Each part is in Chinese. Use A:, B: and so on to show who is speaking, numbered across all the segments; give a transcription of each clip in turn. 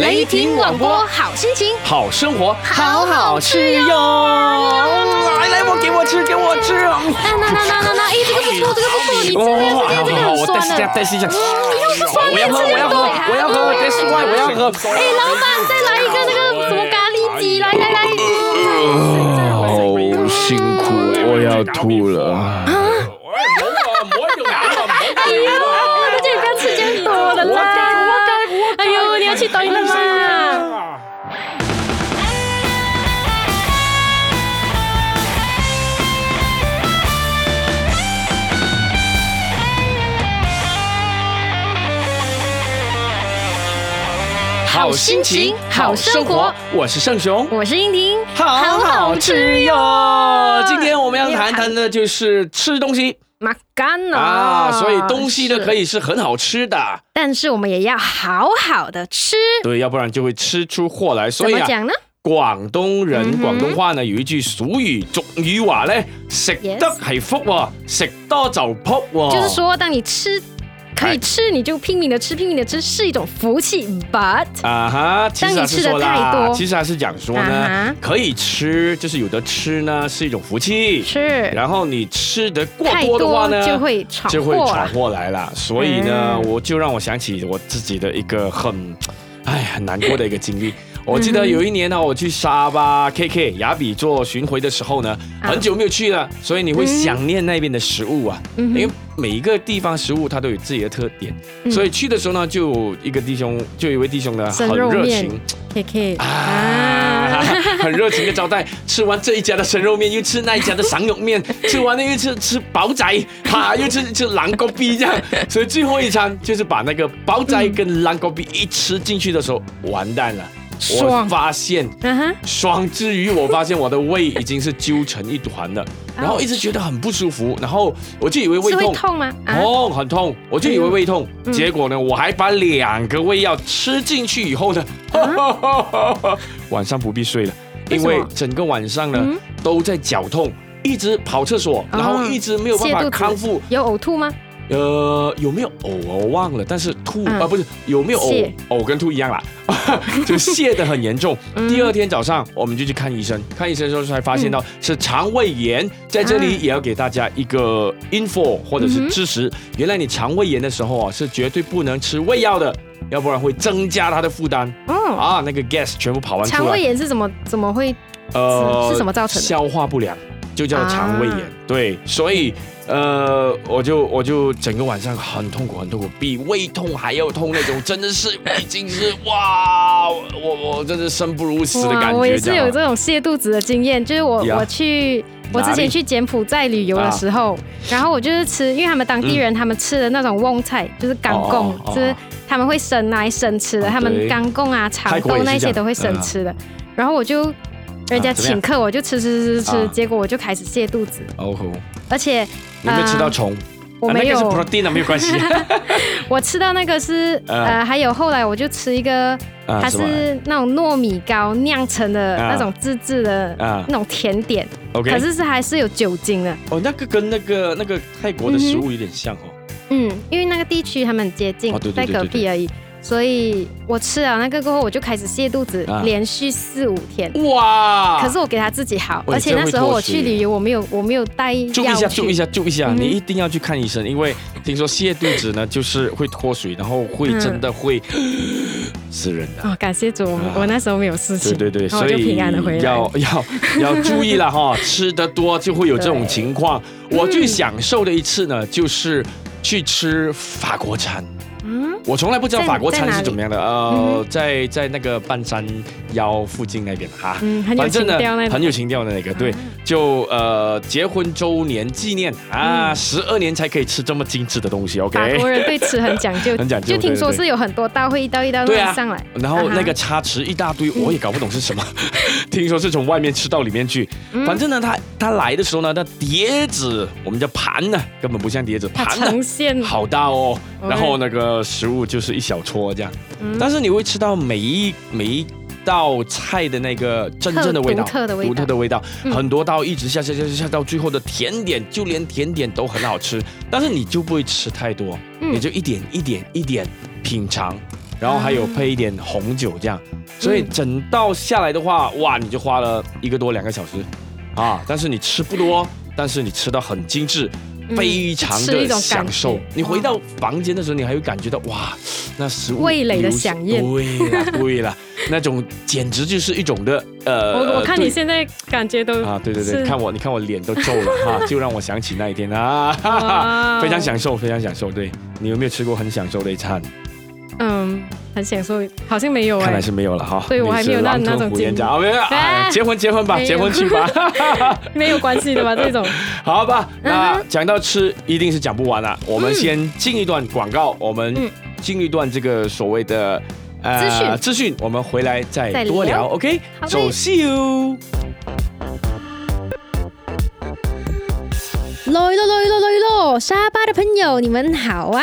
A: 雷霆网播好心情，
B: 好生活，
A: 好好吃哟！
B: 来来，我给我吃，给我吃！
A: 那那那那那那，哎，这个不错，这个不错，你
B: 哇，
A: 这个这个这个
B: 好好，
A: 很
B: 我
A: 酸
B: 再试一下，
A: 的
B: 再。试一下。
A: 又是酸
B: 我要
A: 面
B: 喝，
A: 吃
B: 我要
A: 的
B: 喝，我要喝，再试外，我要喝。
A: 哎，老板，再来一个那个什么咖喱鸡，来来来。
C: 哦，辛苦，我要吐了。
A: 哎呦，我叫你不要吃这样多的啦！哎呦，你要去抖音了吗？
B: 好心情，好生活。我是盛雄，
A: 我是英婷，
B: 好好吃哟！今天我们要谈谈的就是吃东西
A: 马干哦
B: 啊，所以东西呢可
A: 以，
B: 以是很好吃的，
A: 但是我们也要好好的吃。
B: 对，要不然就会吃出祸来。所
A: 怎
B: 以
A: 么
B: 啊，
A: 讲呢？
B: 广東
A: 嗯
B: 人
A: 哼
B: 廣東話啊有一句俗語俗語話咧，食
A: Yes
B: 得係福喎，食多就撲喎。
A: 就是说，当你吃可以吃，你就拼命的吃，拼命的吃，是一种福气。But
B: 啊哈，其实还是说
A: 当你吃得太
B: 啦
A: 多，
B: 其实还是讲说呢
A: 啊哈
B: 可以吃，就是有的吃呢是一种福气，
A: 是
B: 然后你吃得过
A: 太
B: 多的话
A: 多
B: 呢，
A: 就会闯
B: 就会
A: 祸
B: 闯
A: 啊。
B: 祸来了。所以呢，
A: 嗯
B: 我就让我想起我自己的一个很，哎，很难过的一个经历。我
A: 嗯
B: 记得有一年呢，我去沙巴 KK 雅比做巡回的时候呢，
A: 啊
B: 很久没有去了，所以你会想念那边的食物啊，
A: 嗯
B: 因
A: 哼
B: 为每一个地方食物它都有自己的特点，
A: 嗯
B: 所以去的时候呢，就有一个弟兄，就有一位弟兄呢，
A: 生
B: 很
A: 肉
B: 热
A: 面
B: 情，
A: K K
B: 啊，
A: 啊，
B: 很热情的招待，吃完这一家的生肉面，又吃那一家的sáng 肉 面，吃完了又吃吃煲仔，哈、又吃吃狼狗逼这样， 所以最后一餐就是把那个煲仔跟狼狗逼一吃进去的时候，完蛋了，我
A: 爽
B: 发现。
A: 嗯哼，
B: 爽之余，我发现我的胃已经是揪成一团 了，然后一直觉得很不舒服，然后我就以为胃
A: 是会
B: 痛，哦
A: 痛吗？啊，嗯
B: 痛，很痛，我就以为胃痛，结果呢，我还把两个胃药吃进去以后呢， 晚上不必睡了，
A: 啊为
B: 因
A: 什么
B: 为整个晚上呢
A: 嗯
B: 都在绞痛。一直跑厕所，然后一直没有办
A: 哦泻
B: 法
A: 肚子
B: 康复。
A: 有呕吐吗？
B: 呃，有没有呕我忘了，但是吐
A: 嗯
B: 啊、不是有没有
A: 泻
B: 呕？呕跟吐一样啦， 就泻得很严重。
A: 嗯
B: 第二天早上我们就去看医生，看医生的时候才发现到是肠胃炎，在这里也要给大家一个 info 或者
A: 嗯
B: 是
A: 哼
B: 知识，原来你肠胃炎的时候啊是绝对不能吃胃药的，要不然会增加它的负担
A: 嗯，
B: 啊，那个 gas 全部跑完
A: 肠
B: 出
A: 胃
B: 来，
A: 炎是怎么怎么会是什么造成
B: 呃
A: 的
B: 消化不良。就叫肠胃炎，
A: 啊
B: 对，所以呃，我就我就整个晚上很痛苦，很痛苦，比胃痛还要痛那种，真的是已经是哇，我我真的生不如死的感
A: 哇，
B: 觉。
A: 我也
B: 这
A: 是
B: 样啊
A: 有这种泻肚子的经验，就是我
B: 呀
A: 我去我
B: 哪
A: 之前
B: 里啊
A: 去柬埔寨旅游的时候，然后我就是吃，因为他们当地人他们吃的那种瓮菜，就是干贡
B: 哦哦，哦
A: 就是他们会生来生吃的，
B: 啊
A: 他们
B: 对
A: 干贡啊、
B: 泰
A: 长
B: 国也
A: 贡
B: 是
A: 那些
B: 这样
A: 都会生
B: 嗯
A: 吃的，然后我就。人家
B: 啊怎么样
A: 请客，我就吃吃吃吃吃，
B: 啊
A: 结果我就开始泻肚子，
B: 哦吼，
A: 而且
B: 你有没有吃到
A: 呃
B: 虫？
A: 啊我
B: 啊
A: 没有，
B: 那个是 protein 啊，没有 关系。
A: 我吃到那个是
B: 呃
A: 呃，还有后来我就吃一个
B: 啊
A: 它
B: 什么
A: 是那种糯米糕酿成的
B: 啊
A: 那种自制的
B: 啊
A: 那种甜点，
B: OK，
A: 可是是还是有酒精的。
B: 哦，那个跟那个那个泰国的食物有点像哦。
A: 嗯，因为那个地区他们很接近
B: 哦对，对
A: 在
B: 对
A: 隔
B: 对
A: 壁而已，所以我吃了那个过后，我就开始泻肚子
B: 啊，
A: 连续四五天。
B: 哇！
A: 可是我给他自己好，
B: 喂
A: 而且
B: 真
A: 那
B: 会
A: 时候
B: 脱
A: 我
B: 水
A: 去旅游，我没有我没有带
B: 注意一下，
A: 药
B: 注意一
A: 去，
B: 下，注意一下！
A: 嗯
B: 你一定要去看医生，因为听说泻肚子呢，就是会脱水，然后会
A: 嗯
B: 真的会死人的。
A: 哦，感谢主，我
B: 啊
A: 我那时候没有事
B: 对
A: 情，
B: 对对，
A: 然后
B: 所
A: 我就
B: 以
A: 平安的回来
B: 要。要 要注意了哈，吃得多就会有这种
A: 对
B: 情况。
A: 嗯
B: 我最享受的一次呢，就是去吃法国餐。
A: 嗯，
B: 我从来不知道
A: 在
B: 法国
A: 在
B: 餐
A: 哪
B: 是
A: 里嗯
B: 怎么样的，呃，在在那个半山腰附近那边哈，
A: 嗯很有
B: 反正呢
A: 情调那种嗯
B: 很有情调的那个，对，就呃结婚周年纪念啊，十二年才可以吃这么精致的东西
A: 嗯法国
B: ，OK。，
A: 人对吃很讲 究
B: 很讲究
A: 就听说
B: 对对对
A: 是有很多道会一道一道
B: 对啊
A: 弄上来，
B: 然后那个
A: 啊
B: 叉匙一大堆，我也搞不懂是什么， 听说是从外面吃到里面去。反正呢，他他来的时候呢，那碟子我们叫盘呢，根本不像碟子，
A: 它
B: 盘呢
A: 呈现
B: 啊好大哦，
A: 嗯
B: 然后那个食物就是一小撮这样，但是你会吃到每一每一道菜的那个真正的味道，
A: 特独特的味道
B: 独特的味道，
A: 嗯
B: 很多道一直下下下下下到最后的甜点，就连甜点都很好吃，但是你就不会吃太多，
A: 嗯
B: 你就一点一点一点品尝。然后还有配一点红酒这样，
A: 嗯
B: 所以整道下来的话，哇，你就花了一个多两个小时啊，但是你吃不多，但是你吃到很精致。
A: 嗯
B: 非常
A: 吃一
B: 的
A: 种
B: 享
A: 感
B: 受
A: 觉，嗯
B: 你回到房间的时候，你还会感觉到哇，那食物
A: 味蕾
B: 流
A: 的
B: 失
A: 响应
B: 对了对了，那种简直就是一种的呃，
A: 我我看
B: 对
A: 你现在感觉都
B: 啊，对对
A: 是
B: 对，看我，你看我脸都皱了哈，就让我想起那一天啊，哈哈，
A: 哇
B: 非常享受，非常享受。对你有没有吃过很享受的一餐？
A: 嗯，很享受，好像没有
B: 看
A: 哎
B: 来。是没有了哈。
A: 对我还没有那那种
B: 胡言
A: 经
B: 家，啊没有啊，
A: 哎
B: 结婚结婚吧，
A: 没有
B: 结婚去吧，
A: 没有关系的吧？这种
B: 好吧。
D: 嗯
B: 那讲到吃，一定是讲不完了。我们先进一段广告，我们
A: 嗯
B: 进一段这个所谓的呃
A: 资讯
B: 资讯，我们回来再
A: 再
B: 多
A: 聊
B: 聊。OK，
A: 好嘞
B: 走，See you。
D: 来咯来咯来咯！沙巴的朋友，你们好啊！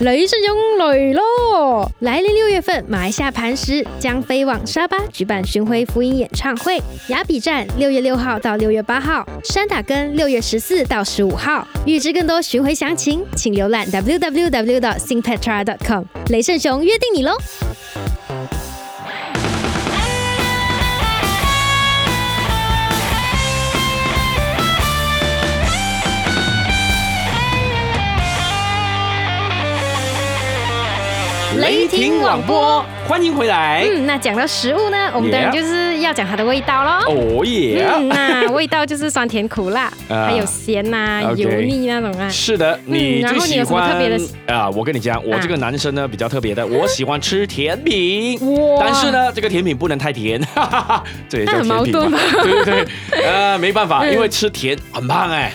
D: 雷阵勇来咯！来年六月份，马来西亚磐石将飞往沙巴举办巡回福音演唱会，雅比站六月六号到六月八号，山打根六月十四到十五号。预知更多巡回详情，请浏览 www. s i n g p e t r a c o m 雷胜雄约定你喽！雷霆广播，
B: 欢迎回来。
D: 嗯，那讲到食物呢，我们当
B: 哎
D: 然
B: Yeah
D: 就是要讲它的味道喽。
B: 哦耶！
D: 嗯，那味道就是酸甜苦辣，
B: 啊
D: 还有咸呐、
B: OK
D: 油腻那种啊。
B: 是的，你
D: 然
B: 最
D: 后你
B: 喜
D: 有什么
B: 欢
D: 特别的
B: 啊、我跟你讲，我这个男生呢、比较特别的，我喜欢吃甜品。
D: 哇
B: 但是呢，这个甜品不能太甜， 哈哈哈，这也
A: 那
B: 叫
A: 很
B: 甜
A: 矛
B: 品
A: 盾
B: 嘛
A: 吧？
B: 对对对，呃，没办法，
A: 嗯
B: 因为吃甜很胖哎，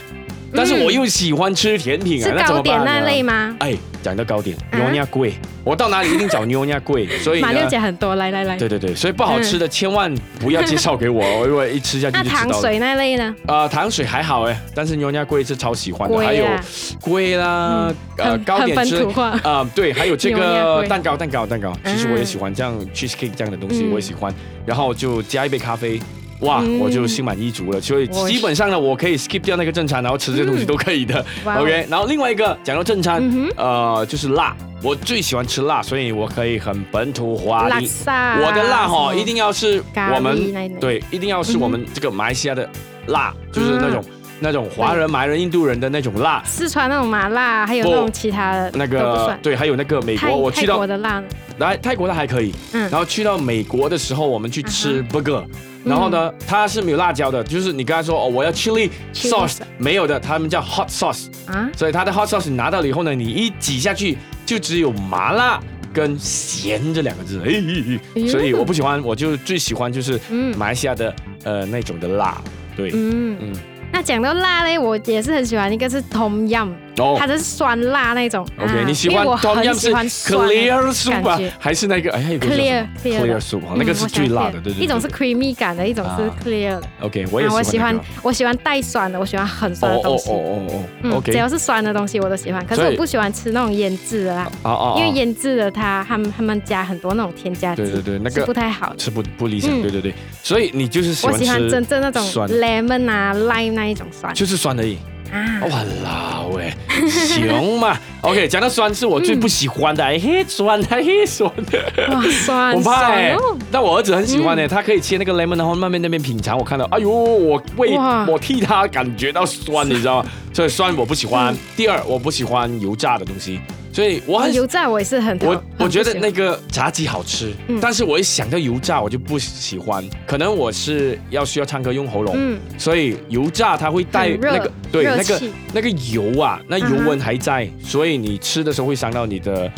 B: 但是我又喜欢吃甜品
A: 嗯
B: 啊，
D: 是
B: 那怎
D: 糕
B: 么
D: 点
B: 办
D: 那
B: 呢
D: 类？吗？
B: 哎，讲到糕点，
D: 啊
B: 妞妞贵，我到哪里一定找妞妞贵，所以
A: 马六
B: 呢，
A: 甲很多，来来来，
B: 对对对，所以不好吃的千万不要介绍给我，因为一吃下去
D: 那
B: 就知
D: 糖
B: 道了。
D: 水那类呢？
B: 啊，糖水还好哎，但是妞妞贵是超喜欢的，还
D: 贵
B: 有
D: 啊，
B: 龟啦，呃，
A: 嗯很
B: 糕
A: 很
B: 点
A: 本
B: 之
A: 土化。
B: 啊、对，还有这
A: 牛奶
B: 个
A: 龟
B: 蛋糕，蛋糕，蛋糕，其实我也
A: 嗯
B: 喜欢这样 cheesecake 这样的东西，
A: 嗯
B: 我也喜欢。然后就加一杯咖啡，哇，
A: 嗯
B: 我就心满意足了。所以
A: 我也
B: 基本上呢，我可以 skip 掉那个正餐，然后吃这些东西都可以的。
A: 哇 哦
B: OK，然后另外一个讲到正餐，
A: 嗯
B: 呃，就是辣，我最喜欢吃辣，所以我可以很本土化。
A: 拉
B: 你
A: 萨，
B: 我的辣哈，
A: 啊什么
B: 一定要是
A: 咖喱
B: 我们
A: 那一嗯类
B: 对，一定要是我们这个马来西亚的辣，
A: 嗯
B: 就是那种那种华人、马来人、印度人的那种辣。
A: 四川那种麻辣，还有那种其他的
B: 那
A: 都不
B: 个
A: 算。
B: 对，还有那个美
A: 泰
B: 国，我去
A: 泰
B: 到
A: 国的辣呢，
B: 来泰国的还可以，
A: 嗯
B: 然后去到美国的时候，我们去吃 burger，、然后呢，它是没有辣椒的，就是你刚才说哦，我要 chili
A: 嗯 Chili
B: sauce，
A: sauce
B: 没有的，他们叫 hot sauce，
A: 啊，
B: 所以它的 hot sauce 你拿到了以后呢，你一挤下去就只有麻辣跟咸这两个字，哎
A: 哎呦
B: 所以我不喜欢，我就最喜欢就是
A: 嗯
B: 马来西亚的呃那种的辣，对，
A: 嗯
B: 嗯，
A: 那讲到辣嘞，我也是很喜欢，一个是 Tom Yum，
B: 哦
A: 它。的是酸辣那种。
B: OK，、
A: 啊
B: 你喜
A: 因为
B: 欢
A: 我
B: Tom
A: 很
B: Yum
A: 喜
B: 是
A: 欢酸
B: clear soup 吧
A: 感觉，
B: 还是那个？哎，还有一个叫什么
A: clear
B: clear
A: 的
B: soup 啊
A: 嗯
B: 那个是
A: 我想
B: 最辣
A: 起
B: 的，
A: 来
B: 对对。
A: 一种
B: 对
A: 是 creamy 感的，一种是
B: 啊
A: clear 的。
B: OK，我也
A: 啊我喜
B: 喜欢
A: 欢
B: 那个。
A: 我喜欢带酸的，我喜欢很酸的东西。
B: 哦哦
A: 嗯
B: ，OK，
A: 只要是酸的东西我都喜欢，可是
B: 所以
A: 我不喜欢吃那种腌制的啦，
B: 哦哦，
A: 因为
B: 哦
A: 腌制的它他们他们加很多那种添加剂，
B: 对对对，那
A: 是不
B: 个
A: 太好的。
B: 是不不理想，
A: 嗯
B: 对对对，所以你就是喜
A: 我
B: 欢
A: 喜欢
B: 吃
A: 真正那种
B: 酸
A: lemon 啊 lime 那一种酸
B: 就是酸而已。
A: 啊，
B: 哇啦喂，行 嘛，OK，讲到酸是我最不喜欢的，哎嘿酸，哎嘿酸，
A: 哇酸
B: 我怕
A: 酸
B: 哎
A: 哦，。嗯
B: 但我儿子很喜欢欸呢，他可以切那个 lemon，然后慢慢那边品尝，我看到，哎呦，我为
A: 哇
B: 我替他感觉到酸，你知道吗？所以酸我不喜
A: 嗯
B: 欢。第二，我不喜欢油炸的东西，所以我很
A: 油炸我也是很讨
B: 我
A: 很不
B: 我觉得
A: 喜欢
B: 那个炸鸡好吃，
A: 嗯
B: 但是我一想到油炸我就不喜欢，可能我是要需要唱歌用喉咙，
A: 嗯
B: 所以油炸它会带
A: 很热
B: 那个对
A: 热
B: 那个
A: 气
B: 那个油啊，那油温还在，所以你吃的时候会伤到你的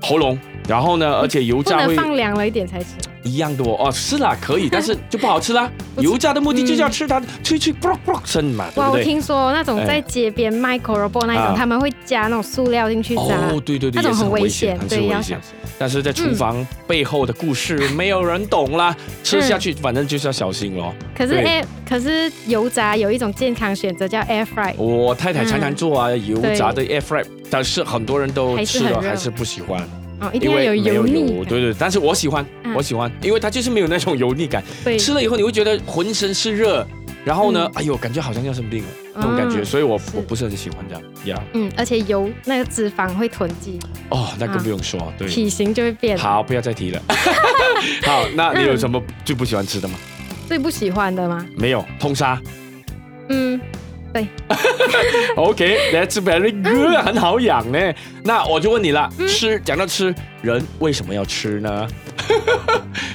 B: 喉咙。然后呢，而且油
A: 不
B: 炸
A: 能
B: 会
A: 放凉了一点才吃，
B: 一样多哦，是啦，可以，但是就不好吃啦。油炸的目的就是要吃它脆脆啵啵声嘛，对
A: 哇，
B: 不
A: 我
B: 对？
A: 听说那种
B: 哎
A: 在街边卖 c o r o b o 那一
B: 啊
A: 种，他们会加那种塑料进去炸，
B: 哦，对对对，
A: 那种
B: 也是
A: 很危
B: 危险
A: 险，，
B: 很是
A: 对，
B: 危
A: 要
B: 险
A: 小。心。嗯
B: 但是在厨房背后的故事，没有人懂啦。吃下去，反正就是要小心咯。
A: 可是
B: 对
A: air，可是油炸有一种健康选择叫 air fry，
B: 我太太常常做啊，油炸的
A: 嗯对
B: air fry，但是很多人都吃
A: 还是
B: 了
A: 很热
B: 还是不喜欢，
A: 哦，一定
B: 因
A: 要
B: 为没
A: 油
B: 有
A: 腻
B: 油。
A: 感，
B: 对对，但是我喜欢，
A: 嗯
B: 我喜欢，因为它就是没有那种油腻感。
A: 对，
B: 吃了以后，你会觉得浑身是热，然后呢，哎呦，感觉好像要生病了那种感觉，
A: 嗯
B: 所以我
A: 是
B: 我不是很喜欢这样呀。
A: 嗯，而且油那个脂肪会囤积，
B: 哦，那更
A: 啊
B: 不用说，对。
A: 体型就会变。
B: 好，不要再 提了。好，那你
A: 嗯
B: 有什么最不喜欢吃的吗？
A: 最不喜欢的吗？
B: 没有，通 杀。
A: 嗯，
B: OK，that's、very good，、很
A: 嗯
B: 好养呢。那我就问你了，吃讲到吃，人为什么要吃呢？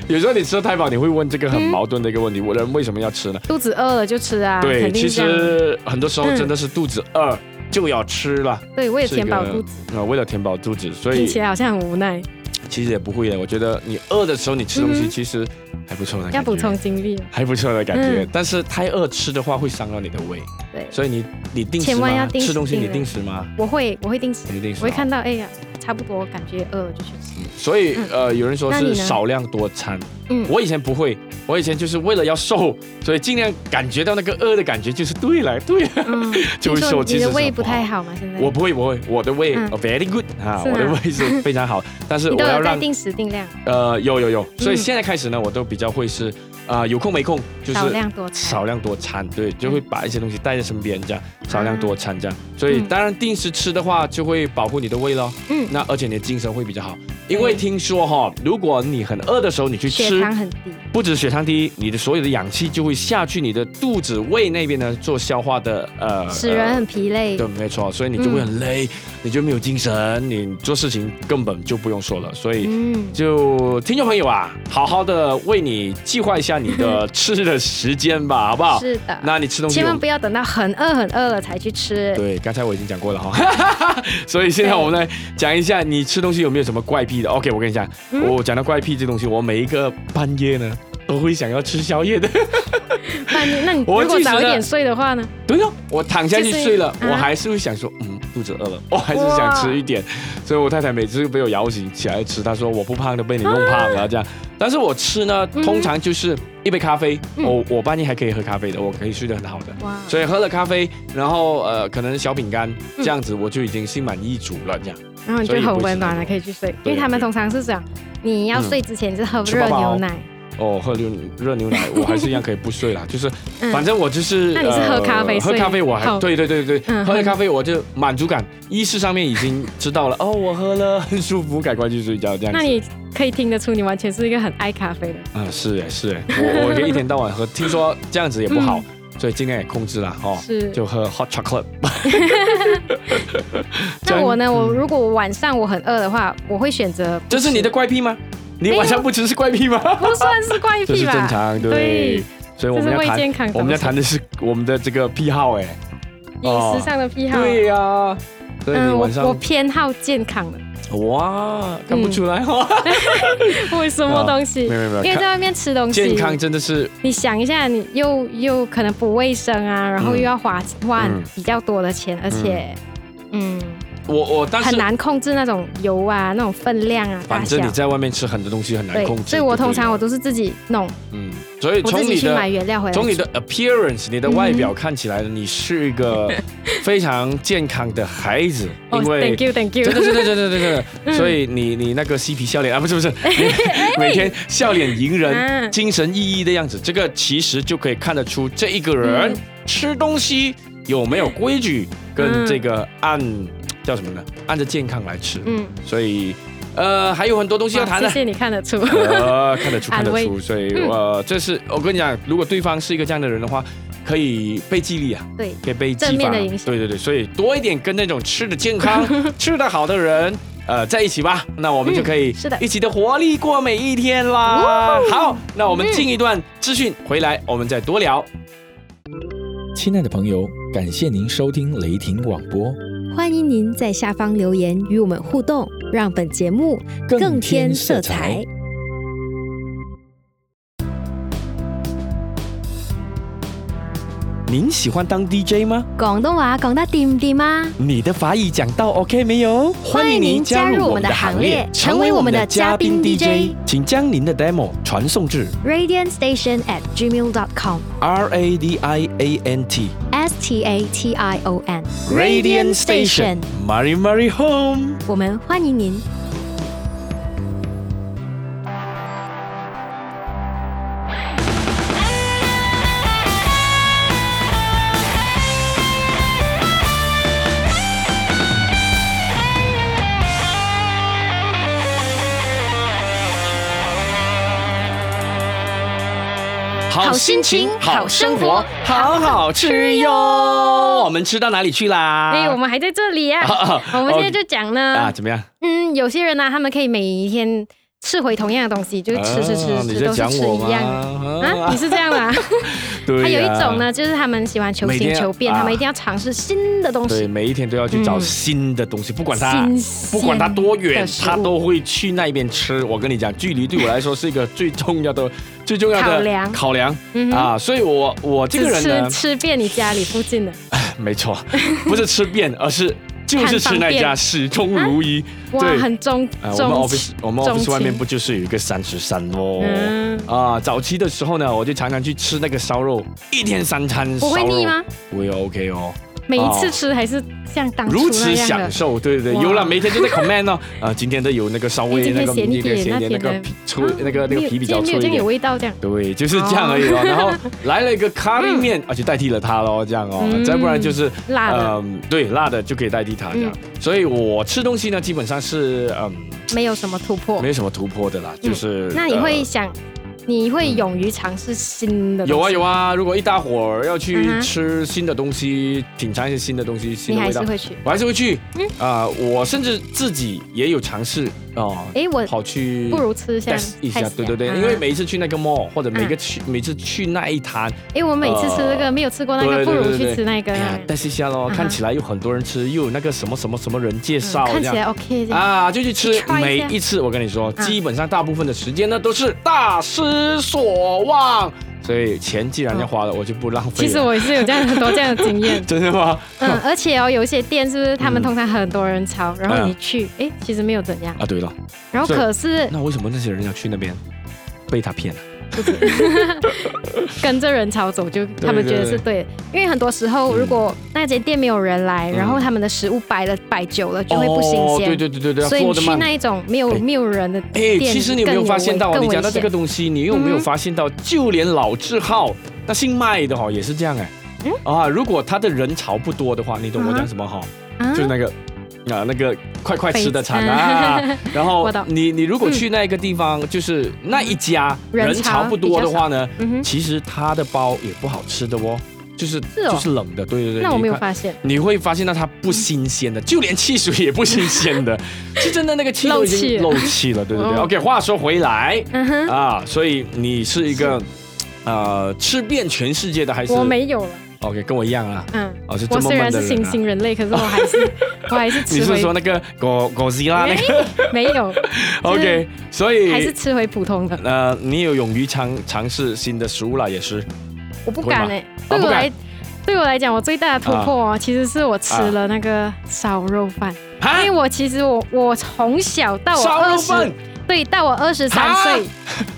B: 有时候你吃的太饱，你会问这个很
A: 嗯
B: 矛盾的一个问题：我人为什么要吃呢？
A: 肚子饿了就吃啊，
B: 对，
A: 肯定
B: 其
A: 这样。
B: 实很多时候
A: 嗯
B: 真的是肚子饿就要吃了，
A: 对，为了
B: 是一
A: 填饱
B: 个
A: 肚子，
B: 啊、为了填饱肚子，所
A: 听
B: 以
A: 起来好像很无奈，
B: 其实也不会的。我觉得你饿的时候你吃东
A: 嗯
B: 西
A: 哼
B: 其实还不错的感觉，
A: 要补充精力了。
B: 还不错的感觉，
A: 嗯
B: 但是太饿吃的话会伤到你的胃，
A: 对，
B: 所以你你定时
A: 千万要
B: 吗？
A: 定时
B: 吃东西你
A: 定的
B: 定时吗？
A: 我会我会定时，
B: 你定时、
A: 我会看。到，哎呀，差不多，感觉饿了就去吃。
B: 所以
A: 嗯
B: 呃，有人说
A: 那你
B: 是
A: 呢
B: 少量多餐，
A: 嗯
B: 我以前不会，我以前就是为了要瘦，所以尽量感觉到那个饿的感觉就是对了，对了，
A: 嗯，
B: 就会瘦
A: 听说
B: 其
A: 你
B: 实
A: 的
B: 是
A: 胃
B: 很
A: 不
B: 不好
A: 太好嘛，现在
B: 我不会，不会，我的胃、
A: 嗯
B: very good 啊，
A: 是
B: 我的
A: 吗
B: 胃是非常好，但是
A: 你
B: 我
A: 都
B: 要
A: 有在
B: 让
A: 定时定量，
B: 呃有有有，所以
A: 嗯
B: 现在开始呢，我都比较会是啊、有空没空就是
A: 少量多餐。
B: 少量多餐，对，就会把一些东西带在身边，这样少量多餐这样。所以
A: 嗯
B: 当然定时吃的话，就会保护你的胃咯。
A: 嗯
B: 那而且你的精神会比较好，因为听说哈、如果你很饿的时候你去
A: 血
B: 吃，
A: 糖很低，
B: 不止血糖低，你的所有的氧气就会下去你的肚子胃那边呢做消化的呃
A: 使人嗯
B: 呃
A: 很疲累。
B: 对，没错，所以你就会很累，你就没有精神，你做事情根本就不用说了，所以。
A: 嗯，
B: 就听众朋友啊，好好的为你计划一下你的 吃的时间吧，好不好？
A: 是的。
B: 啊那你吃东西
A: 千
B: 我
A: 万
B: 们，
A: 不要等到很饿很饿了才去吃。
B: 对，刚才我已经讲过了哈， 所以现在我们来讲一下你吃东西有没有什么怪癖的。OK，我跟你讲，
A: 嗯
B: 我讲到怪癖这东西，我每一个半夜呢都会想要吃宵夜 的。
A: 那你那你
B: 我
A: 如果
B: 即使
A: 早一
B: 呢
A: 点睡的话呢？
B: 对哦，我躺下去
A: 就是
B: 睡了，我
A: 啊
B: 还是会想说，嗯，肚子饿了， 我还是想吃一点。所以我太太每次被我摇醒起来吃，她说我不胖的被你弄胖了、这样。但是我吃呢，
A: 啊嗯
B: 通常就是一杯咖啡，
A: 嗯
B: 我我半夜还可以喝咖啡的，我可以睡得很好的。
A: 哇，
B: 所以喝了咖啡，然后呃，可能小饼干这
A: 嗯
B: 样子，我就已经心满意足了。这样，
A: 然后你
B: 所以
A: 就
B: 也
A: 很
B: 不会
A: 温
B: 吃
A: 暖
B: 太
A: 了，
B: 多
A: 可以去睡。因
B: 对
A: 为他们
B: 对
A: 通常是这样，你要
B: 嗯
A: 睡之前就喝
B: 吃
A: 热
B: 饱饱
A: 牛奶。
B: 哦，喝牛热牛奶，我还是一样可以不睡啦。就是，
A: 嗯
B: 反正我就是，
A: 那你是喝
B: 呃
A: 咖啡
B: 喝
A: 所以
B: 咖啡我还
A: 好
B: 对对对对，
A: 嗯
B: 喝了咖啡我就满足感，意识上面已经知道了。哦，我喝了很舒服，赶快去睡觉这样
A: 那
B: 子。
A: 你可以听得出，你完全是一个很爱咖啡的。
B: 嗯，是哎是哎，我我可以一天到晚喝，听说这样子也不好，所以尽量也控制啦哦。
A: 嗯是
B: 就喝 hot chocolate。这
A: 那
B: 样
A: 我呢？我如果晚上我很饿的话，我会选择不
B: 嗯这是你的
A: 吃
B: 怪癖吗？你
A: 没有
B: 晚上不吃是怪癖吗？
A: 不算是怪
B: 这是
A: 癖
B: 正
A: 吧？
B: 常，对
A: 对。
B: 所以我们
A: 这是
B: 要
A: 为
B: 谈，
A: 健康着
B: 我们要
A: 想
B: 谈的是我们的这 个癖好，哎，
A: 饮食上的癖好。
B: 哦对呀。所以你
A: 嗯，我
B: 晚
A: 我
B: 上
A: 偏好健康的，
B: 哇，看不出来哦。
A: 为什么东 西？
B: 啊没有没有没
A: 嗯因为
B: 有，
A: 在
B: 看
A: 外面吃东西，
B: 健康真的是
A: 你想一下，你又又可能不卫生啊，然后
B: 嗯
A: 又要花花
B: 嗯
A: 比较多的钱，而且，嗯，
B: 我我，但
A: 很
B: 是
A: 难控制那种油啊、那种分量啊、大
B: 反
A: 小
B: 正。你在外面吃很多东西很难
A: 对
B: 控，制。
A: 所以我
B: 对不
A: 通常
B: 对
A: 我都是自己弄，
B: 嗯，所以
A: 我自
B: 从
A: 己
B: 你
A: 去买
B: 的
A: 嗯原料回来煮。
B: 从你的 appearance，你的外表看起来，你是一 个非常健康的孩子，
A: 哦
B: 因为
A: ，Thank。you，Thank
B: 真
A: you 嗯
B: 的，。真的，真的，真的，真的，所以你你那个嬉皮笑脸啊，不是不是， 你每天笑脸迎人，
A: 哎啊
B: 精神奕奕的样子，这个其实就可以看得出这一个人
A: 嗯
B: 吃东西有没有规矩，跟
A: 嗯
B: 这个按叫什么呢？按着健康来吃，
A: 嗯，
B: 所以呃还有很多东西要
A: 哇
B: 谈
A: 谢
B: 的。
A: 谢你看得出。
B: 呃，看得出，看
A: 安
B: 得
A: 慰
B: 出，所以
A: 嗯
B: 呃，这是我跟你讲，如果对方是一个这样的人的话，可以被激励啊，
A: 对，
B: 可以被激发
A: 正面的影响
B: 对对对，所以多一点跟那种吃的健 康、吃的好的人。呃，在一起吧，那我们
A: 嗯
B: 就可以
A: 是的
B: 一起的活力过每一天啦。好，那我们进一段资讯回来，我们再多聊。
E: 亲爱的朋友，感谢您收听雷霆广播，
D: 欢迎您在下方留言与我们互动，让本节目更添色彩。。
B: 您喜欢当 DJ 吗？
D: 广东话讲得掂唔掂啊？
B: 你的法语讲到 OK 没有？
D: 欢迎您加入我们的行列成为我们的嘉宾 DJ
B: 请将您的 demo 传送至
D: Radiant Station at gmail.com
B: R A D I A N T
D: S T A T I O N
B: Radiant Station Mary Mary Home。
D: 我们欢迎您。
F: 「あなたの声が聞こえる」
B: 好心情，好生活，好好吃哟。我们吃到哪里去啦？
A: 哎、我们还在这里呀、
B: 啊
A: 我们现在就讲呢，
B: 啊，怎么样？
A: 嗯，有些人呢、他们可以每一天吃回同样的东西，就是吃吃
B: 啊
A: 吃
B: 你
A: 吃、
B: 在
A: 都是
B: 讲
A: 吃
B: 我
A: 一样
B: 吗？
A: 啊？ 你是这样吗？
B: 对
A: 还有
B: 呀
A: 一种呢，就是他们喜欢求
B: 每
A: 新
B: 天
A: 求变，
B: 啊
A: 他们一定要尝试新的东
B: 对，
A: 西。
B: 每一天都要去找
A: 嗯
B: 新的东西，不管它
A: 新鲜
B: 不管它多远
A: 的，食物
B: 他都会去那边吃。我跟你讲，距离对我来说是一个最重要的、 最重要的
A: 考量
B: 考量
A: 嗯哼
B: 啊！所以我我这个
A: 就
B: 人
A: 吃
B: 呢，啊
A: 吃遍你家里附近的，
B: 没 错，不是吃遍，而是就是吃那
A: 看
B: 家
A: 方便
B: 始终如一。
A: 哇，
B: 对
A: 很中
B: 啊，我们
A: 中
B: office 我们
A: 中
B: office
A: 情
B: 外面不就是有一个三十三咯？
A: 嗯
B: 啊，早期的时候呢，我就常常去吃那个烧肉，一天三餐烧肉。
A: 不会腻吗？？
B: 我也 OK 哦，
A: 每一次
B: 哦
A: 吃还是像当初
B: 如
A: 嗯那
B: 此
A: 样的啊
B: 享。受，对对
A: 哇
B: 对，有了每天 就在 comment 哦，啊，今天的有那个稍
A: 哎
B: 微
A: 今
B: 那
A: 天
B: 个，
A: 咸一
B: 明
A: 点
B: 天咸
A: 那
B: 一点，那个
A: 甜的啊
B: 皮脆，那个那
A: 没
B: 个
A: 有
B: 皮比较
A: 今天
B: 脆一
A: 没有这样有
B: 点。
A: 味道，这样
B: 对，就是这样而已哦。然 后来了一个咖喱面，啊，就代替了它咯，这样哦。
A: 嗯
B: 再不然就是
A: 辣的、嗯
B: 嗯，对，辣的就可以代替它这样。所以我吃东西呢，基本上是嗯，
A: 没有什么突破
B: 没。有什么突破的啦，就是、
A: 嗯那你会
B: 呃
A: 想，你会勇于尝试新的？
B: 有啊有
A: 啊，
B: 啊，如果一大伙儿要
A: 嗯
B: 去
A: 哼嗯
B: 吃新的东西，品尝一些新的东西，新
A: 你
B: 的
A: 还
B: 味
A: 是
B: 道，
A: 会去。
B: 我还是会去。
A: 嗯
B: 啊、我甚至自己也有尝试哦，
A: 哎，我
B: 跑去
A: 不如吃像
B: test 一
A: 泰
B: 下，
A: 式
B: 对
A: 啊
B: 对对，
A: 啊
B: 因为每一次去那个 mall 或者每个
A: 嗯
B: 去、每次去那一摊，
A: 哎，我每次吃这个
B: 呃
A: 没有吃过那个，
B: 对对
A: 不
B: 对对
A: 如去
B: 对
A: 吃那个
B: 哎，呀，test 一下咯，
A: 嗯
B: 看起来有很多人吃，又有那个什么什么什么人介
A: 嗯
B: 绍
A: 看
B: 这样。
A: 起来 OK 这样。
B: 啊，就去
A: 去
B: 吃
A: 踹一
B: 每
A: 下
B: 一次，我跟你说，
A: 嗯
B: 基本上大部分的时间呢都是大失所望，所以钱既然要花了，我就不浪费
A: 其
B: 了。。
A: 实我也是有这样很多这样的经 验
B: 真的吗？
A: 嗯，而且哦，有一些店是不是他们
B: 嗯
A: 通常很多人潮，然后
B: 嗯
A: 你去，哎，其实没有怎样。
B: 啊，对了，
A: 然后
B: 是
A: 可是
B: 那为什么那些人要去那边？被他骗了，
A: 跟着人潮走就，他们觉得是对的，因为很多时候
B: 嗯
A: 如果那间店没有人来，
B: 嗯
A: 然后他们的食物摆了摆久了就会不新
B: 哦
A: 鲜。
B: 对对对对对，
A: 所以
B: 要
A: 你
B: 做的
A: 去
B: 慢。
A: 那一种没有
B: 哎
A: 没有人的
B: 哎，
A: 店，
B: 其实你有没有发现到啊，
A: 更
B: 你
A: 危嗯
B: 讲到这个
A: 更危
B: 东西，你有没有发现到，就连老字号那姓麦的哈、也是这样哎、
A: 嗯
B: 啊，如果他的人潮不多的话，你懂我讲什么哈、就
A: 险
B: 是
A: 啊
B: 那个啊那个快快吃的餐啊， 然后
A: 我懂嗯
B: 你你如果去那个地方，就是那一家
A: 人
B: 人潮
A: 潮
B: 不多的话呢，
A: 嗯哼，
B: 其实它的包也不好吃的哦，就是
A: 是哦
B: 就是冷的， 对对对。
A: 那我
B: 你
A: 没有
B: 看
A: 发现，
B: 你会发现到它不新鲜的，就连汽水也不新鲜 的，是真的那个气都已
A: 漏气
B: 经
A: 了
B: 漏气了，对对对。
A: 哦
B: OK，话说回来
A: 嗯哼，
B: 啊，所以你是一个呃吃遍全世界的还是
A: 我没有了，
B: OK？跟我一样啊，
A: 嗯。
B: 哦是这
A: 我
B: 么
A: 虽然
B: 闷的
A: 是
B: 人
A: 新
B: 啊。
A: 兴人类，可是我还 是我还是
B: 你
A: 吃
B: 是
A: 回
B: 说那个狗狗西拉那个
A: 没有，
B: OK？所
A: 还是
B: 以
A: 吃回普通的。
B: 呃，你有勇于尝尝试新的食物啦，也是
A: 我不敢
B: 会
A: 哎、对
B: 啊
A: 我
B: 不敢啊
A: 来对我来讲，我最大的突破哦，其实是我吃了那个烧肉饭，
B: 哈
A: 因为我其实我我从小到哎我
B: 啊烧
A: 二
B: 肉
A: 十
B: 饭，
A: 对，到我二十三
B: 啊
A: 岁，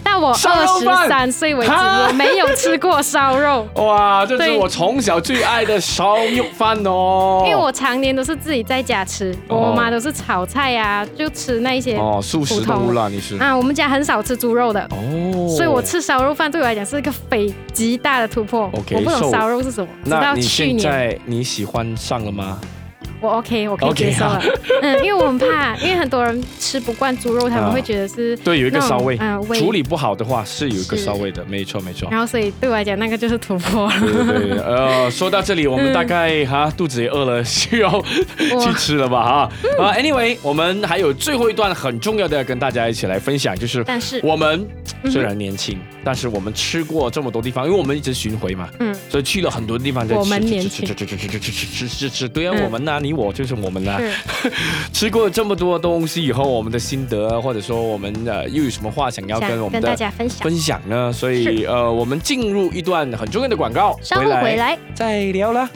A: 到 我
B: 烧
A: 二
B: 肉
A: 十
B: 饭
A: 三岁为止，
B: 啊
A: 我没有吃过烧肉。
B: 哇，这是
A: 对
B: 我从小最爱的烧肉饭 哦。
A: 因为我常年都是自己在家吃，
B: 哦
A: 我妈都是炒菜啊，就吃那一些、
B: 哦素食动物啦，你是
A: 啊。我们家很少吃猪肉的，
B: 哦，
A: 所以我吃烧肉饭对我来讲是一个非极大的突破。
B: OK，
A: 我不懂
B: so-
A: 烧肉是什么，直
B: 那
A: 到
B: 你
A: 去
B: 现
A: 年
B: 在你喜欢上了吗？
A: 我 OK，我可以
B: OK，
A: 接受了
B: 好。
A: 嗯，因为我很怕，因为很多人吃不惯猪肉，他们
B: 啊
A: 会觉得是
B: 对，有一个
A: 那种
B: 骚味
A: 啊，味
B: 处理不好的话是有一个
A: 是
B: 骚味的，没错没错。
A: 然后所以对我来讲，那个就是突 破了。
B: 对对对，呃，说到这里，我们大概哈肚子也饿了，需要去吃了吧哈。啊，anyway，我们还有最后一段很重要的要跟大家一起来分享，就是
A: 但是，
B: 我们
A: 嗯
B: 虽然年轻，但是我们吃过这么多地方，因为我们一直巡回嘛，
A: 嗯，
B: 所以去了很多地方在吃。
A: 我们
B: 吃
A: 年
B: 吃
A: 轻
B: 吃吃吃吃吃吃吃吃吃，对啊，
A: 嗯
B: 我们呐，你我就是我们呐。
A: 是
B: 吃过这么多东西以后，我们的心得啊或者说我们呃又有什么话想要跟我们
A: 想跟大
B: 的
A: 家分享。
B: 分享呢？所以呃，我们进入一段很重要的广告，
A: 稍后回来，
B: 再聊啦。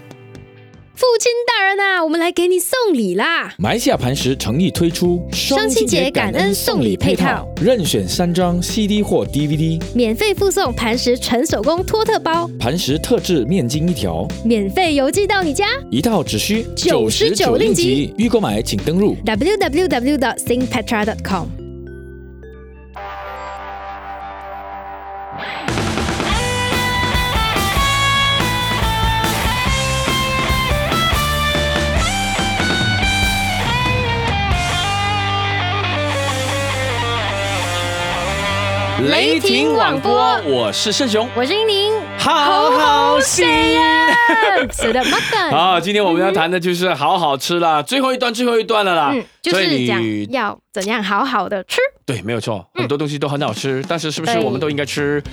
A: 父亲大人啊，我们来给你送礼啦！
D: 埋下磐石诚意推出
A: 双亲节感恩送礼配套，
D: 任选三张 CD 或 DVD，
A: 免费附送磐石纯手工托特包，
D: 磐石特制面筋一条，
A: 免费邮寄到你家。
D: 一套只需
A: 99
D: 令
A: 令吉。
D: 预购买请登入
A: www.singpetra.com
G: 「
B: 雷霆广播，我是盛雄，
A: 我是英 宁，
B: 好好吃
A: 吃的 m a
B: 好，今天我们要谈的就是好好吃啦，最后一段，最后一段了啦。
A: 嗯，就
B: 所以
A: 是讲
B: 你
A: 要怎样好好的吃，
B: 对，没有错，很多东西都很好吃，但是是不是
A: 对
B: 我们都应该吃？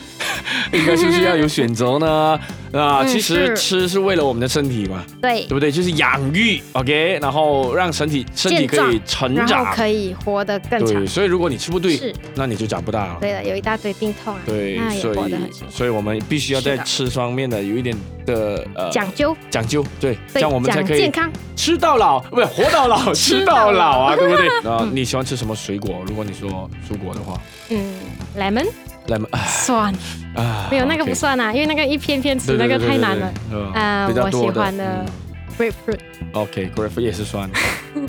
B: 应该是不是要有选择呢？啊，
A: 嗯
B: 其实
A: 是
B: 吃是为了我们的身体嘛，
A: 对
B: 对，不对？就是养育，OK，然后让身体身体
A: 健
B: 可
A: 壮
B: 以成
A: 然后
B: 长。
A: 可以活得更长
B: 对，。所以如果你吃不对
A: 是，
B: 那你就长不大了。
A: 对了，有一大堆病痛啊，
B: 对
A: 那，也
B: 所
A: 活得
B: 以
A: 很辛苦，
B: 所以我们必须要在
A: 是的
B: 吃方面的有一点的呃
A: 讲究，
B: 讲究，对，这
A: 对，
B: 样我们才
A: 讲
B: 可以
A: 健康，
B: 吃到老，不是活到老， 吃
A: 吃
B: 到
A: 到
B: 老
A: 老
B: 啊，对不对？啊，你喜欢吃什么水果？如果你说蔬果的话，
A: 嗯，lemon
B: 来嘛啊
A: 蒜
B: 啊，
A: 没有那个
B: OK
A: 不算啊，因为那个一片片
B: 对
A: 吃那
B: 对
A: 个
B: 对
A: 太
B: 对
A: 难
B: 对
A: 了。
B: 对对
A: 啊，
B: 比较
A: 我喜
B: 多嗯
A: 欢的 grapefruit
B: OK grape 也是 酸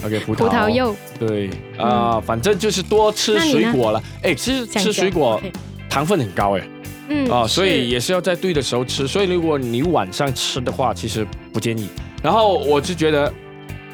B: ，OK 葡萄
A: 葡萄柚，嗯
B: 对啊，反正就是多吃
A: 那你
B: 水
A: 呢
B: 果了。哎，其实
A: 香
B: 吃
A: 蕉
B: 水果
A: 啊 OK
B: 糖分很高哎，
A: 嗯
B: 啊，所以
A: 是
B: 也是要在对的时候吃。所以如果你晚上吃的话，其实不建议。然后我就觉得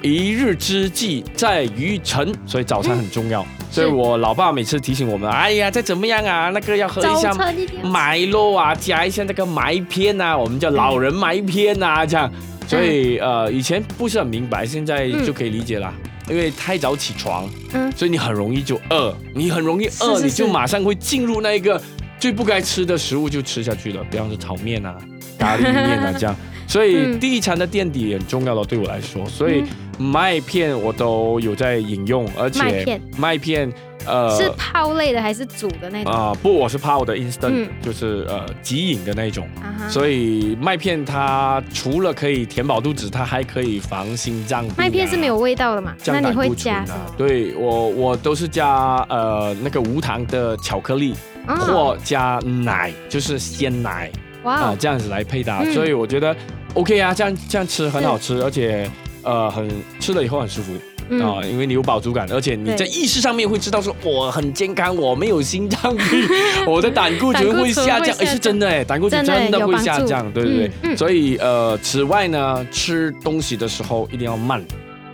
B: 一日之计在于晨，所以早餐很重要。所以我老爸每次提醒我们，哎呀，再怎么样啊，那个要喝一下
A: 早餐一定要吃
B: 麦肉啊，加一下那个麦片啊，我们叫老人麦片啊，这
A: 嗯
B: 样。所以呃，以前不是很明白，现在就可以理解啦。因为太早起床，
A: 嗯
B: 所以你很容易就饿，你很容易饿，
A: 是是
B: 你就是马上会进入那一个最不该吃的食物就吃下去了，比方说炒面 啊、咖喱面啊这样。所以
A: 嗯
B: 第一餐的垫底很重要了，对我来说，所以麦片我都有在饮用，而
A: 麦
B: 且
A: 片
B: 麦片呃
A: 是泡类的还是煮的那种？
B: 啊、不，我是泡的 instant，、
A: 哎嗯
B: 就是呃即饮的那一种。
A: 啊哈
B: 所以麦片它除了可以填饱肚子，它还可以防心脏病啊、
A: 麦片是没有味道的嘛？那
B: 降
A: 你
B: 胆
A: 会
B: 固醇
A: 加什
B: 啊
A: 么？。
B: 对我我都是加呃那个无糖的巧克力、
A: 哦，
B: 或加奶，就是鲜奶啊、
A: 哇哦，
B: 这样子来配搭，
A: 嗯
B: 所以我觉得 OK 啊，这样这样吃很
A: 是
B: 好吃，而且呃很吃了以后很舒服。啊、
A: 嗯，
B: 因为你有饱足感，而且你
A: 对
B: 在意识上面会知道说我很健康，我没有心脏 病，我的胆固醇
A: 胆固醇
B: 会下降，
A: 会
B: 哎，
A: 下
B: 是真的哎，胆固醇
A: 真的
B: 真的
A: 有
B: 会
A: 帮
B: 下
A: 助
B: 降，对对对。
A: 嗯嗯
B: 所以呃，此外呢，吃东西的时候一定要慢。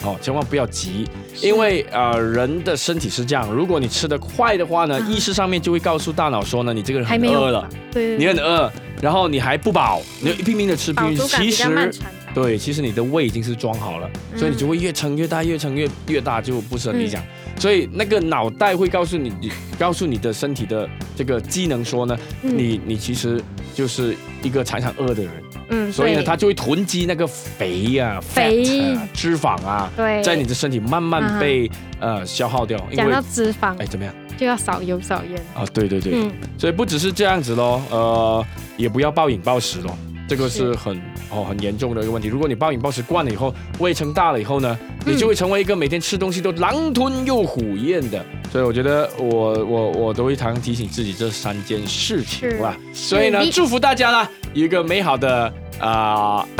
B: 哦，千万不要急，因为呃，人的身体是这样，如果你吃得快的话呢，
A: 啊
B: 意识上面就会告诉大脑说呢，你这个人
A: 还
B: 很
A: 没有嗯
B: 饿了，
A: 对，对
B: 你
A: 对
B: 很饿，然后你还不饱，你就拼命的吃，拼
A: 饱
B: 命地
A: 足
B: 吃
A: 感
B: 其
A: 比较漫
B: 实
A: 长吧。
B: 对，其实你的胃已经是装好了，所以你就
A: 嗯
B: 会越撑越大，越撑越越大，就不是很理想。所以那个脑袋会告诉你，你告诉你的身体的这个机能说呢，
A: 嗯
B: 你你其实就是一个常常饿的人，
A: 嗯，
B: 所以呢，
A: 对
B: 它就会囤积那个肥啊、
A: 肥
B: fat 啊、脂肪啊，
A: 对
B: 在你的身体慢
A: 啊
B: 慢
A: 哈
B: 被、呃消耗掉，因
A: 讲
B: 为
A: 到脂肪
B: 哎怎么样
A: 就要少油少盐。
B: 啊？对对对，
A: 嗯，
B: 所以不只是这样子咯，呃，也不要暴饮暴食咯，这个是
A: 是
B: 很哦很严重的一个问题。如果你暴饮暴食惯了以后，胃撑大了以后呢，
A: 嗯
B: 你就会成为一个每天吃东西都狼吞又虎咽的。所以我觉得我我我都会常常提醒自己这三件事情啦。所以呢，
A: 你
B: 祝福大家啦，有一个美好的啊。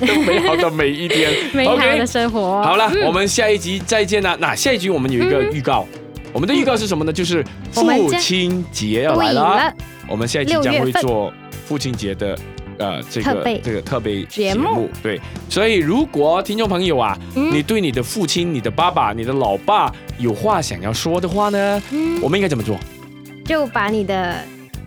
B: 美好的每一天
A: 美好
B: OK
A: 的嗯生活。
B: 好了，我们下一集再见啦。那下一集我们有一个预告，我们的预告是什么呢？就是
A: 嗯我们
B: 父
A: 将
B: 亲节要
A: 不
B: 来
A: 赢
B: 啦。
A: 了，
B: 我们下一集
A: 6
B: 将会
A: 月份
B: 做父亲节的呃这
A: 特
B: 个
A: 备
B: 这个特别
A: 节目
B: 对，所以如果听众朋友啊，
A: 嗯
B: 你对你的父亲、你的爸爸、你的老爸有话想要说的话呢，
A: 嗯，
B: 我们应该怎么做
A: 就把你的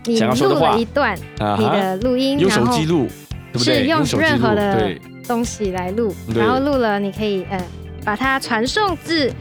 A: 你
B: 想要说
A: 录
B: 的话
A: 了一段
B: 啊
A: 你
B: 哈？
A: 的录音，
B: 用
A: 然
B: 手
A: 后
B: 机录，对不对？
A: 是用
B: 手机
A: 任何
B: 录
A: 的
B: 对，
A: 东西来录，
B: 对
A: 然后录了你可以呃把它传送至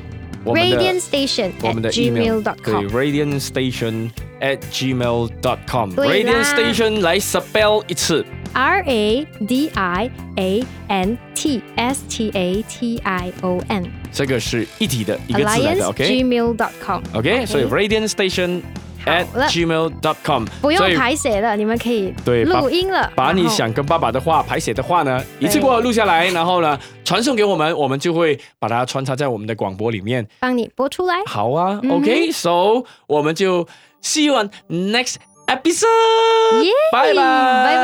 B: 我们的
A: radiant station
B: 我们
A: at
B: 的 email 对
A: gmail.com。
B: ，radiant station at gmail dot com。
A: 对
B: radiant
A: 啦
B: station 来 spell 一次
A: R A D I A N T S T A T I O N
B: 这个是一体的一个字来
A: alliance
B: 的 OK
A: gmail.com，
B: OK，所以 radiant station at
A: 好了
B: gmail dot com。
A: 不
B: 所
A: 用
B: 以
A: 排写了，你们可以
B: 对把
A: 录音了，
B: 把你
A: 然后
B: 想跟爸爸的话排写的话呢，一
A: 对
B: 次过录下来，然后呢传送给我们，我们就会把它穿插在我们的广播里面。
A: 帮你播 出来。
B: 好啊、
A: 嗯
B: o k s o 我们就 see you on next episode，
A: 耶
B: 拜拜，
A: 拜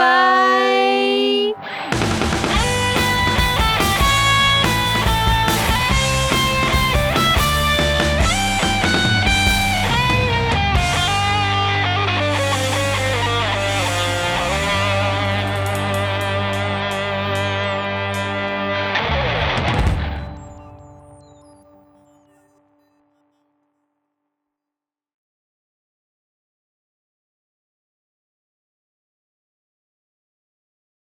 A: 拜。